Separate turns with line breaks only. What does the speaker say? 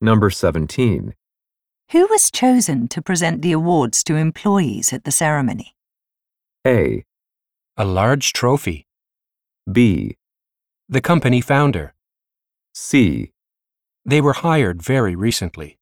Number 17.
Who was chosen to present the awards to employees at the ceremony?
A.
A large trophy.
B.
The company founder.
C.
They were hired very recently.